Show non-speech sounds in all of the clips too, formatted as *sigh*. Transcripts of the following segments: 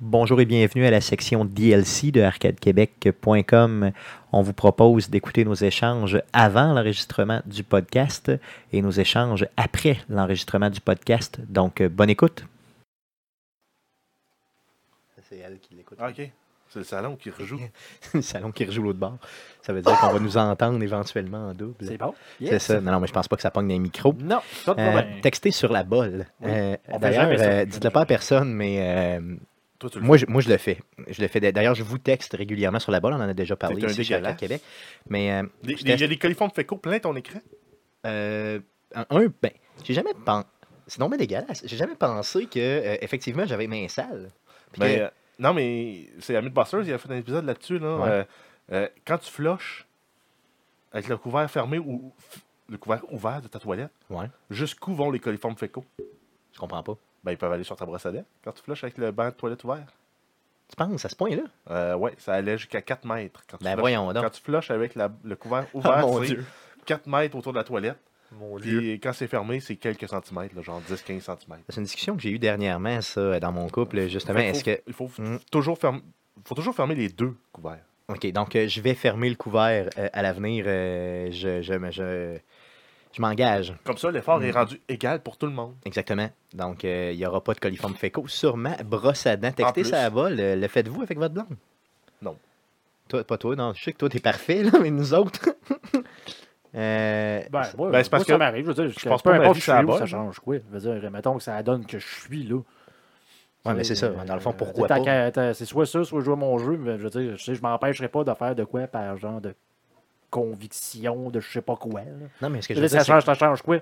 Bonjour et bienvenue à la section DLC de arcadequebec.com. On vous propose d'écouter nos échanges avant l'enregistrement du podcast et nos échanges après l'enregistrement du podcast. Donc, euh, bonne écoute. C'est elle qui l'écoute. Ah, OK. C'est le salon qui rejoue. *laughs* le salon qui rejoue l'autre bord. Ça veut dire qu'on va nous entendre éventuellement en double. C'est bon. C'est ça. Non, non, mais je pense pas que ça pogne dans les micros. Non, pas de Euh, problème. textez sur la bolle. Oui. Euh, On fait D'ailleurs, jamais ça. euh, dites-le pas à personne, mais euh, Toi, tu le moi, je, moi, je le fais. Je le fais. D'ailleurs, je vous texte régulièrement sur la balle. On en a déjà parlé T'es un ici chez dégueulasse. Arcade Québec. Mais euh, fais. Des- je des- Il y texte, a des coliformes fécaux plein ton écran. euh, un, un, ben, j'ai jamais pensé. C'est non mais dégueulasse. J'ai jamais pensé que euh, effectivement j'avais mes sales. Puis Ben, que- euh, non, mais c'est à Mythbusters, il a fait un épisode là-dessus. Là, Ouais. Euh, euh, quand tu flushes avec le couvert fermé ou f- le couvert ouvert de ta toilette, Ouais. jusqu'où vont les coliformes fécaux je comprends pas. ben, Ils peuvent aller sur ta brosse à dents quand tu flushes avec le banc de toilette ouvert. Tu penses à ce point-là Euh, ouais, ça allait jusqu'à 4 mètres. Quand tu Ben flushes- voyons donc. Quand tu flushes avec la- le couvert Ah, ouvert, c'est 4 mètres autour de la toilette. Mon Dieu. Puis quand c'est fermé, c'est quelques centimètres, là, genre 10-15 centimètres. C'est une discussion que j'ai eue dernièrement ça dans mon couple justement. Fait Est-ce que Il faut, Mm. toujours fermer, faut toujours fermer les deux couverts. OK, donc euh, je vais fermer le couvert euh, à l'avenir. euh, je je, me- je, je m'engage, Comme ça, l'effort Mm. est rendu égal pour tout le monde. exactement. Donc, euh, il n'y aura pas de coliforme fécaux. Sûrement, brosse à dents. Textez plus. ça à bas. Le, le faites-vous avec votre blonde? Non. Toi, pas toi, non. Je sais que toi, t'es parfait, là, *laughs* mais nous autres. Euh, Ben, c'est- moi, ben, c'est parce moi, ça que- m'arrive. Je veux dire, je je, pense pense pas peu ma importe vie où sur la je suis, où, balle. ça change quoi. Je veux dire, mettons que ça donne que je suis là. euh, Ouais, mais c'est ça. Dans le fond, pourquoi pas? pas? C'est soit ça, soit jouer à mon jeu, mais je veux dire, je sais, je m'empêcherai pas de faire de quoi par genre de conviction, de je sais pas quoi. là. non, mais ce que Je je veux veux dire, ça dire, c'est- change, ça change quoi?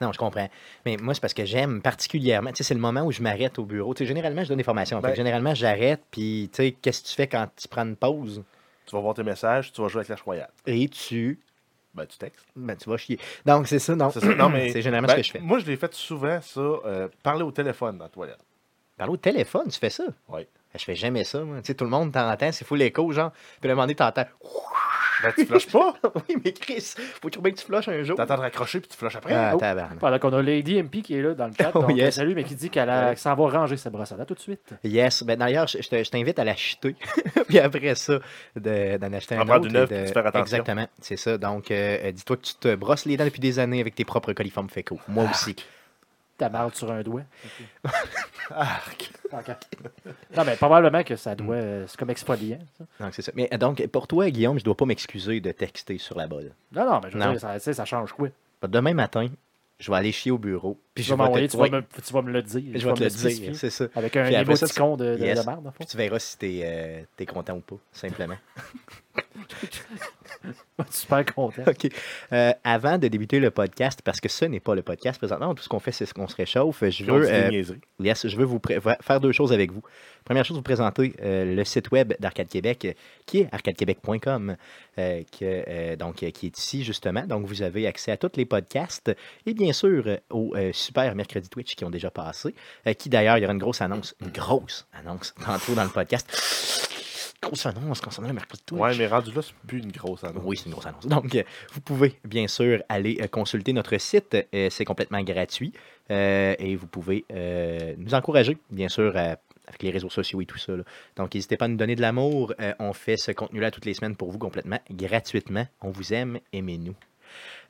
Non, je comprends. Mais moi, c'est parce que j'aime particulièrement. Tu sais, c'est le moment où je m'arrête au bureau. Tu sais, généralement, je donne des formations. Fait que Ben- généralement, j'arrête. Puis, tu sais, qu'est-ce que tu fais quand tu prends une pause? Tu vas voir tes messages, tu vas jouer avec la royale. Et tu Ben, tu textes. Ben, tu vas chier. Donc, c'est ça, non. C'est ça. *clears throat* Non, mais. C'est généralement ben, ce que je fais. Moi, je l'ai fait souvent, ça, euh, parler au téléphone dans la toilette. Parle au téléphone, tu fais ça. Oui. Ben, Je fais jamais ça, moi. Tu sais, tout le monde t'entend, c'est fou l'écho, genre. Puis à un moment donné, t'entends. Ben, tu flushes pas. *laughs* oui, mais Chris, faut trouver que tu flushes un jour. T'attends de raccrocher puis tu flushes après. Ah, Oh. tabarnak. Pendant qu'on a Lady MP qui est là dans le chat, *laughs* Oh, donc, yes. salut, mais qui dit qu'elle a- qu'elle s'en va ranger sa brosse à dents tout de suite. Yes. Ben, d'ailleurs, je, je te- je t'invite à la chuter. *laughs* Puis après ça, de- d'en acheter En un prendre autre. une neuve, et de- puis tu fais attention. Exactement. C'est ça. Donc, euh, euh, dis-toi que tu te brosses les dents depuis des années avec tes propres coliformes fécaux. Moi aussi. Ta marde sur *laughs* un doigt. Arc. Ok. non, mais probablement que ça doit. euh, C'est comme exfoliant, ça. Donc, c'est ça. Mais euh, donc, pour toi, Guillaume, je dois pas m'excuser de texter sur la balle. Non, non, mais je veux Non. dire, ça, tu sais, ça change quoi? Demain matin, je vais aller chier au bureau. Puis Tu je vais vas te- m'envoyer, tu, Oui, vas me- tu vas me le dire. tu je vais vas te me le dire. spécifier. C'est ça. Avec un Puis après ça, émoticon de, de, Yes. de marde, en Puis *laughs* fait. tu verras si t'es euh, t'es content ou pas, simplement. Super content. *laughs* OK. Euh, avant de débuter le podcast, parce que ce n'est pas le podcast présentement, tout ce qu'on fait, c'est ce qu'on se réchauffe. Je Puis on dit veux, des euh, niaiseries. yes, je veux vous pré- fa- faire deux choses avec vous. Première chose, vous présenter euh, le site web d'Arcade Québec, euh, qui est arcadequebec.com, euh, que, euh, donc, euh, qui est ici justement. Donc, vous avez accès à tous les podcasts et bien sûr euh, au euh, super mercredi Twitch qui ont déjà passé, euh, qui d'ailleurs, il y aura une grosse annonce, une grosse annonce tantôt dans le podcast. Grosse annonce concernant le mercredi Twitch. Ouais, mais rendu là, c'est plus une grosse annonce. Oui, c'est une grosse annonce. *laughs* Donc, euh, vous pouvez bien sûr aller euh, consulter notre site. euh, c'est complètement gratuit. euh, et vous pouvez euh, nous encourager, bien sûr, à- avec les réseaux sociaux et tout ça. là. Donc, n'hésitez pas à nous donner de l'amour. Euh, on fait ce contenu-là toutes les semaines pour vous complètement gratuitement. On vous aime, aimez-nous.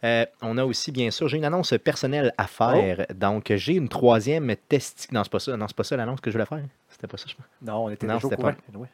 Euh, on a aussi, bien sûr, j'ai une annonce personnelle à faire. Donc, j'ai une troisième testicule. Non, c'est pas ça. Non, c'est pas ça l'annonce que je voulais faire. C'était pas ça, je pense. Non, on était Non, déjà au c'était courant. pas- anyway.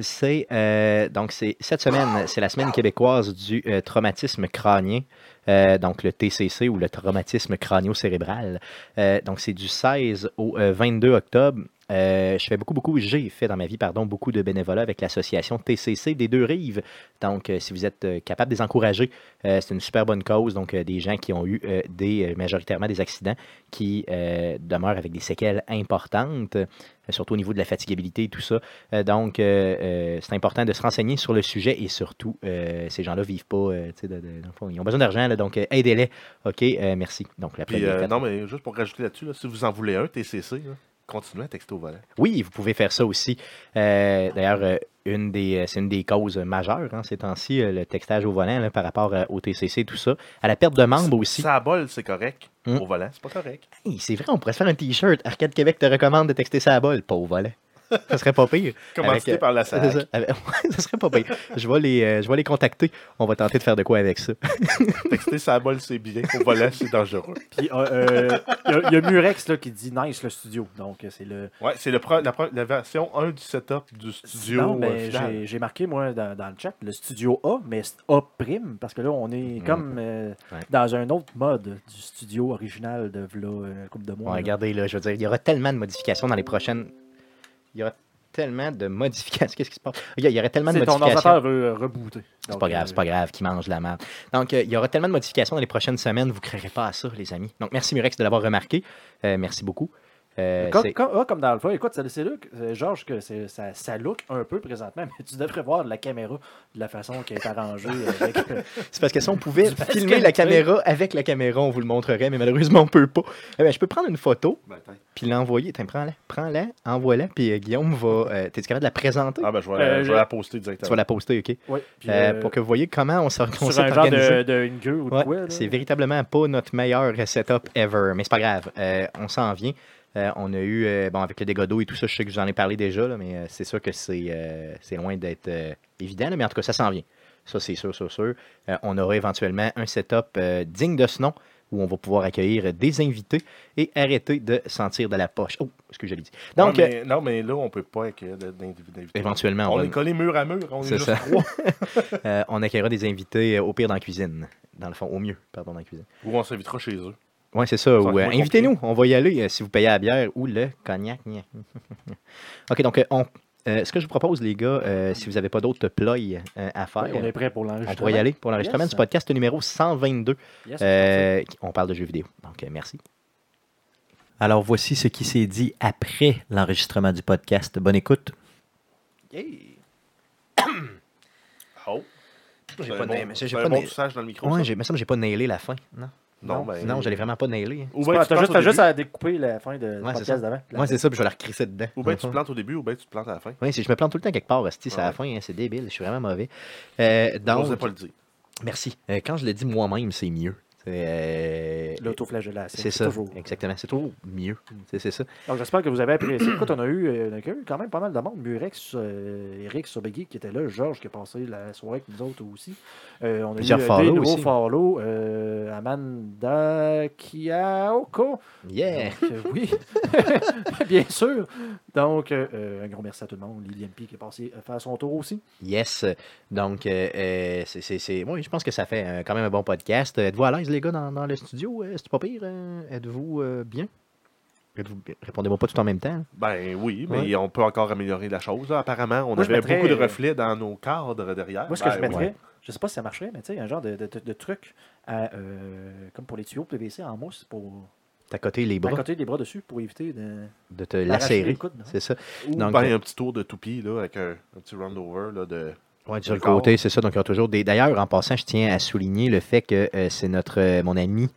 C'est euh, donc c'est cette semaine, c'est la semaine québécoise du euh, traumatisme crânien, euh, donc le TCC ou le traumatisme crânio-cérébral. Euh, donc c'est du 16 au euh, 22 octobre. Euh, je fais beaucoup, beaucoup, j'ai fait dans ma vie, pardon, beaucoup de bénévolat avec l'association TCC des Deux Rives. Donc, euh, si vous êtes euh, capable de les encourager, euh, c'est une super bonne cause. Donc, euh, des gens qui ont eu euh, des, euh, majoritairement des accidents qui euh, demeurent avec des séquelles importantes, euh, surtout au niveau de la fatigabilité et tout ça. Euh, donc, euh, euh, c'est important de se renseigner sur le sujet et surtout, euh, ces gens-là vivent pas, euh, tu sais, de- de- dans le fond, ils ont besoin d'argent, là, donc euh, aidez-les. OK, euh, merci. Donc, la Puis, première euh, étape. non, mais juste pour rajouter là-dessus, là, si vous en voulez un, TCC, là, continuez à texter au volant. Oui, vous pouvez faire ça aussi. Euh, D'ailleurs, euh, une des, euh, c'est une des causes majeures hein, ces temps-ci, euh, le textage au volant là, par rapport euh, au TCC, tout ça. À la perte de membres aussi. Ça à bol, c'est correct. Mm. Au volant, c'est pas correct. Hey, c'est vrai, on pourrait se faire un T-shirt. Arcade Québec te recommande de texter ça à bol, pas au volant. ça serait pas *laughs* pire. Commandité Avec, euh, *laughs* par la Ça, SAC. ça serait pas pire. Je vais, les, euh, je vais les contacter. On va tenter de faire de quoi avec ça. Texter sa bol, c'est bien. Au volant, c'est dangereux. Puis euh, euh, il y a- il y, a Murex là, qui dit nice le studio. Donc, euh, c'est le. Ouais, c'est le pre- la, pre- la version 1 du setup du studio. Non, ben, euh, final. j'ai- j'ai marqué, moi, dans, dans le chat, le studio A, mais c'est A prime, parce que là, on est comme euh, Mhm. Ouais. dans un autre mode du studio original de Vla, un couple de Bon, mois. là. regardez, là, je veux dire, il y aura tellement de modifications dans les prochaines. Il y aura tellement de modifications. *laughs* Qu'est-ce qui se passe? Regarde, Il y aurait tellement de C'est ton modifications. ordinateur veut euh, rebooter. C'est pas grave, c'est euh, pas grave, qui mange de la merde. Donc, euh, il y aura tellement de modifications dans les prochaines semaines, vous ne créerez pas à ça, les amis. Donc, merci Murex de l'avoir remarqué. Euh, merci beaucoup. Euh, Comme, c'est- comme- ah, comme dans le fond, écoute, c'est- c'est look, c'est- Georges, que c'est- ça, ça look un peu présentement, mais tu devrais voir la caméra de la façon qu'elle est *laughs* arrangée. Avec, euh, c'est parce que si on pouvait *laughs* Du filmer la basket, tu sais. caméra avec la caméra, on vous le montrerait, mais malheureusement, on peut pas. Eh ben, je peux prendre une photo, Ben, attends. puis l'envoyer. Tiens, Prends-la, prends-la, envoie-la, puis euh, Guillaume va. euh, T'es-tu capable de la présenter? Ah, ben, je vais, Euh, je je- vais la poster Tu vas directement. la poster, OK? ouais, puis, Euh, euh, pour que vous voyez comment on s'est sur un genre organisé. de, de une gueule ou de Ouais, quoi. là. c'est véritablement pas notre meilleur setup ever, mais c'est pas grave, euh, on s'en vient. Euh, on a eu, euh, bon, avec le dégât d'eau et tout ça, je sais que je vous en ai parlé déjà, là, mais euh, c'est sûr que c'est euh, c'est loin d'être euh, évident, là, mais en tout cas, ça s'en vient. Ça, c'est sûr, sûr, sûr. Euh, on aura éventuellement un setup euh, digne de ce nom où on va pouvoir accueillir des invités et arrêter de sentir de la poche. Oh, ce que j'avais dit. Donc, Ouais, mais- non, mais là, on peut pas accueillir de- d'individus. euh, éventuellement, on, On va- est collé mur à mur. On est C'est juste ça. trois. *laughs* euh, on accueillera des invités euh, au pire dans la cuisine. Dans le fond, au mieux, pardon, dans la cuisine. Ou on s'invitera chez eux. Oui, c'est ça. ou, va être euh, moins compliqué. Invitez-nous, on va y aller euh, si vous payez la bière ou le cognac. gna. OK, donc, euh, on- euh, ce que je vous propose, les gars, euh, si vous n'avez pas d'autres ploys euh, à faire, Ouais, on est prêt pour l'enregistrer. on pourrait y aller pour l'enregistrement Yes. du podcast numéro 122. Yes, Euh, qui- on parle de jeux vidéo. Donc, euh, merci. Alors, voici ce qui s'est dit après l'enregistrement du podcast. Bonne écoute. Yay. Oh. J'ai C'est pas un de- bon- mais j'ai c'est pas un de- bon touchage dans le micro. Ouais, ça. j'ai- mais ça, j'ai pas nailé la fin. Non, Non, ben. non j'allais vraiment pas nailer. hein. Ou Ouais, bien tu t'as plantes juste, au t'as juste début. à découper la fin de Ouais, la c'est podcast d'avant. Moi, c'est ça, puis je vais la recrisser dedans. Ou bien tu plantes au début, ou bien tu te plantes à la fin. Oui, je me plante tout le temps quelque part, hostie, c'est à la Ouais. fin, hein, c'est débile, je suis vraiment mauvais. Euh, On donc, n'osait pas le dire. merci. Euh, quand je le dis moi-même, c'est mieux. C'est, euh, L'autoflagellation. c'est ça, toujours. exactement. C'est toujours mieux. C'est, c'est ça. Donc, j'espère que vous avez apprécié. Écoute, on a eu, euh, on a eu quand même pas mal de monde. Murex, euh, Eric Sobegui qui était là, Georges qui a passé la soirée avec nous autres aussi. Euh, on a Plusieurs eu euh, follow des nouveaux aussi. follow. euh, Amanda Kiaoko. Mmh. Yeah! Donc, euh, oui, *laughs* bien sûr. Donc, euh, euh, un gros merci à tout le monde. Lilian P qui est passé euh, faire son tour aussi. Yes! Donc, euh, euh, c'est, c'est, c'est- oui, je pense que ça fait euh, quand même un bon podcast. Euh, Êtes-vous à l'aise, les gars, dans, dans le studio? Euh, C'est pas pire? Euh, Êtes-vous euh, bien? Êtes-vous bien? Répondez-moi pas tout en même temps. hein. Ben oui, mais Ouais. on peut encore améliorer la chose. là. Apparemment, on Moi, je avait mettrais- beaucoup de euh, reflets dans nos cadres derrière. Moi, ce que Ben je oui. mettrais, je sais pas si ça marcherait, mais tu sais, un genre de, de- de- de truc à, euh, comme pour les tuyaux PVC en mousse pour T'as coté les bras accoter des bras dessus pour éviter de de te d'arracher les lacérer. coudes, non? C'est ça. Ou Donc, euh, ben un petit tour de toupie là, avec un, un petit roundover là, de. Oui, sur le D'accord. côté, c'est ça. Donc, il y a toujours des. D'ailleurs, en passant, je tiens à souligner le fait que euh, c'est notre euh, mon ami,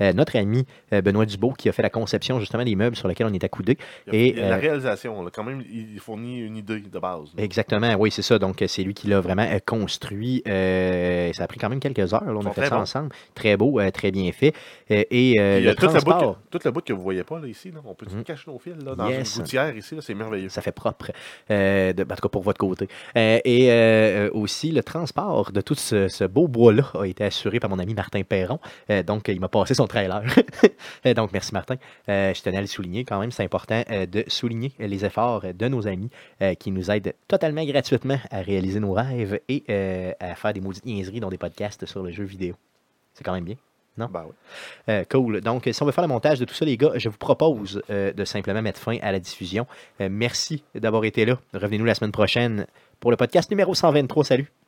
euh, notre ami euh, Benoît Dubo qui a fait la conception justement des meubles sur lesquels on est accoudé. Il y a- Et, il y a de euh, la réalisation, là. quand même, il fournit une idée de base. là. Exactement, oui, c'est ça. Donc, euh, c'est lui qui l'a vraiment euh, construit. Euh, ça a pris quand même quelques heures. là. on Ils a sont fait très ça bons. ensemble. Très beau, euh, très bien fait. Euh, et euh, Puis, le euh, toute, la bout transport, que, toute la bout que vous voyez pas là, ici, là, on peut Mhm. cacher nos fils là, dans Yes. une gouttière ici, là, c'est merveilleux. ça fait propre. Euh, de, en tout cas, pour votre côté. Euh, et euh, euh, aussi, le transport de tout ce, ce beau bois-là a été assuré par mon ami Martin Perron. Euh, donc, il m'a passé son trailer. *laughs* Euh, donc, merci Martin. Euh, je tenais à le souligner quand même. C'est important euh, de souligner les efforts de nos amis euh, qui nous aident totalement gratuitement à réaliser nos rêves et euh, à faire des maudites niaiseries dans des podcasts sur les jeux vidéo. C'est quand même bien. Ben oui. Euh, cool. Donc, euh, si on veut faire le montage de tout ça, les gars, je vous propose euh, de simplement mettre fin à la diffusion. Euh, merci d'avoir été là. Revenez-nous la semaine prochaine pour le podcast numéro 123. Salut!